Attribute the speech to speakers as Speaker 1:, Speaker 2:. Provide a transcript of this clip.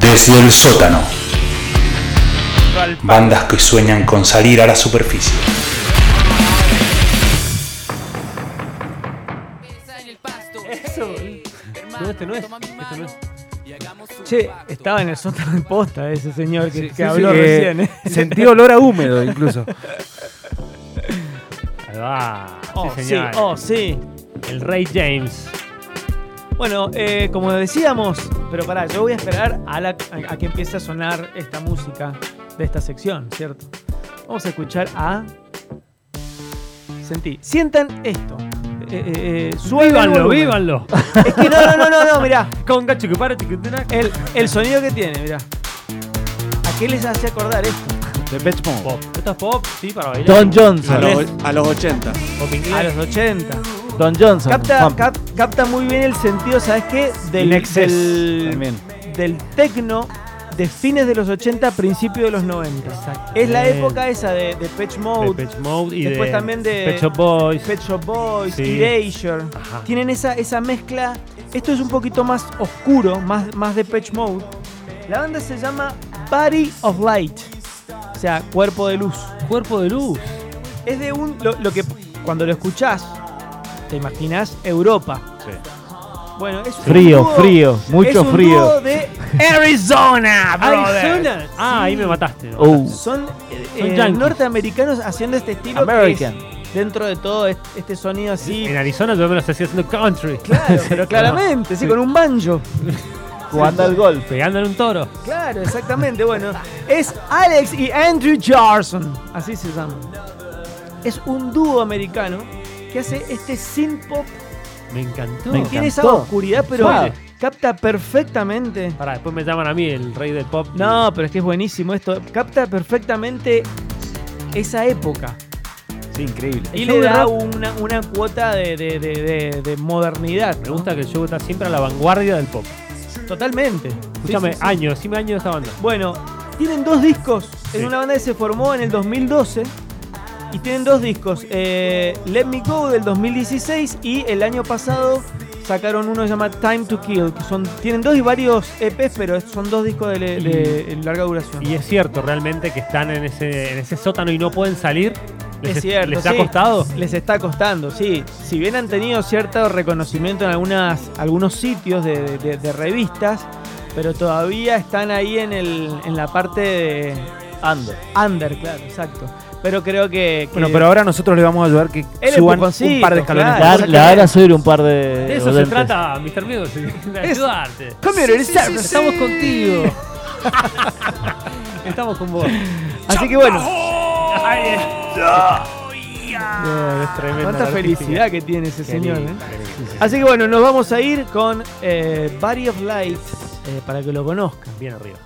Speaker 1: Desde el sótano. Bandas que sueñan con salir a la superficie.
Speaker 2: Eso. No, este no es. Este no es. Che, estaba en el sótano de posta ese señor que, que habló recién. ¿eh?
Speaker 3: Sentí olor a húmedo incluso.
Speaker 4: Ahí va.
Speaker 2: Oh,
Speaker 4: sí,
Speaker 2: sí,
Speaker 4: señor.
Speaker 2: oh, sí.
Speaker 4: El Rey James.
Speaker 2: Bueno, eh, como decíamos, pero pará, yo voy a esperar a, la- a- a que empiece a sonar esta música de esta sección, ¿cierto? Vamos a escuchar a. Sentí. Sientan esto. Eh, eh, eh, suben el
Speaker 4: Vívanlo,
Speaker 2: volumen.
Speaker 4: vívanlo.
Speaker 2: Es que no, no, no, no, no, mirá.
Speaker 4: Con gacho que para, chiquitina.
Speaker 2: El, el sonido que tiene, mirá. ¿A qué les hace acordar esto?
Speaker 3: De Pitch Mode.
Speaker 4: Pop. ¿Esto es pop? Sí, para bailar.
Speaker 3: Don Johnson.
Speaker 5: A los, a los 80.
Speaker 4: Pop inglés.
Speaker 2: A los 80.
Speaker 3: Don Johnson.
Speaker 2: Capta,
Speaker 3: Juan.
Speaker 2: cap- capta muy bien el sentido, ¿sabes qué? Del,
Speaker 3: In Excess
Speaker 2: del-
Speaker 3: también.
Speaker 2: del tecno de fines de los 80, principio de los 90. Es la época esa de, de Patch
Speaker 4: De
Speaker 2: Mode,
Speaker 4: Pitch Mode y
Speaker 2: Después
Speaker 4: de
Speaker 2: también de-
Speaker 4: Pet Shop Boys.
Speaker 2: Pet Shop Boys,
Speaker 4: Sí.
Speaker 2: Erasure.
Speaker 4: Ajá.
Speaker 2: Tienen esa, esa mezcla. Esto es un poquito más oscuro, más, más de Patch Mode. La banda se llama Body of Light, o sea, cuerpo de luz.
Speaker 4: Cuerpo de luz.
Speaker 2: Es de un. Lo, lo que cuando lo escuchás, te imaginás Europa.
Speaker 4: Sí.
Speaker 2: Bueno, es un
Speaker 3: Frío,
Speaker 2: dúo-
Speaker 3: frío,
Speaker 2: es
Speaker 3: mucho
Speaker 2: un
Speaker 3: frío.
Speaker 2: dúo de
Speaker 4: Arizona, brother.
Speaker 2: Arizona.
Speaker 4: Ah, ahí me
Speaker 2: mató.
Speaker 4: mataste. ¿no?
Speaker 3: Oh.
Speaker 2: Son, eh,
Speaker 4: Son
Speaker 2: eh,
Speaker 4: yankees.
Speaker 2: norteamericanos haciendo este estilo. que
Speaker 3: American.
Speaker 2: es dentro de todo est- este sonido así.
Speaker 4: En Arizona yo me lo estoy haciendo country.
Speaker 2: Claro, pero claramente, sí, con un banjo.
Speaker 3: Jugando al golf.
Speaker 4: Pegándole un toro.
Speaker 2: Claro, exactamente. Bueno, es Alex y Andrew Johnson. Así se llaman. Es un dúo americano que hace este synth pop.
Speaker 4: Me encantó.
Speaker 3: Me encanta.
Speaker 2: Tiene esa
Speaker 3: encantó.
Speaker 2: oscuridad, pero
Speaker 3: Suave.
Speaker 2: capta perfectamente.
Speaker 4: Pará, después me llaman a mí el rey del pop.
Speaker 2: No, pero es que es buenísimo esto. Capta perfectamente esa época.
Speaker 3: Sí, increíble.
Speaker 2: Y
Speaker 4: El
Speaker 2: le
Speaker 4: show de
Speaker 2: da
Speaker 4: rock-
Speaker 2: una, una cuota de, de- de- de- de modernidad.
Speaker 4: Me
Speaker 2: ¿no?
Speaker 4: gusta que el show está siempre a la vanguardia del pop.
Speaker 2: totalmente.
Speaker 4: Escúchame,
Speaker 2: Sí, sí, sí.
Speaker 4: años, decime años de esta banda.
Speaker 2: Bueno, tienen dos discos.
Speaker 4: Sí.
Speaker 2: En una banda que se formó en el 2012. Y tienen dos discos. eh, Let Me Go del 2016 y el año pasado sacaron uno que se llama Time to Kill. que son, tienen dos y varios EPs, pero son dos discos de, le- de larga duración.
Speaker 4: Y es cierto realmente que están en ese, en ese sótano y no pueden salir. ¿Les,
Speaker 2: Es cierto,
Speaker 4: ¿les ha
Speaker 2: sí.
Speaker 4: costado?
Speaker 2: Les está costando, sí. Si bien han tenido cierto reconocimiento en algunas, algunos sitios de, de- de revistas, pero todavía están ahí en, el, en la parte de
Speaker 3: Ando.
Speaker 2: under, claro, exacto. Pero creo que... que-
Speaker 3: Bueno, pero ahora nosotros le vamos a ayudar que
Speaker 2: El
Speaker 3: suban un
Speaker 2: empujoncito,
Speaker 3: par de escalones.
Speaker 2: claro.
Speaker 3: más.
Speaker 2: o sea
Speaker 6: Dar-
Speaker 2: que-
Speaker 6: Le van a subir un par de.
Speaker 4: De eso se
Speaker 6: oyentes.
Speaker 4: trata, Mr. Music, de
Speaker 2: Eh, Es-
Speaker 4: ayudarte.
Speaker 2: Community service,
Speaker 4: Estamos contigo. Estamos con vos.
Speaker 2: Así que bueno, ¡Oh,
Speaker 4: Ay, eh. No, es tremendo,
Speaker 2: cuánta
Speaker 4: la artística.
Speaker 2: felicidad que tiene ese
Speaker 4: Qué
Speaker 2: señor.
Speaker 4: lindo,
Speaker 2: ¿eh?
Speaker 4: qué lindo.
Speaker 2: Así que bueno, nos vamos a ir con eh, Body of Light eh, para que lo conozcan.
Speaker 4: Bien arriba.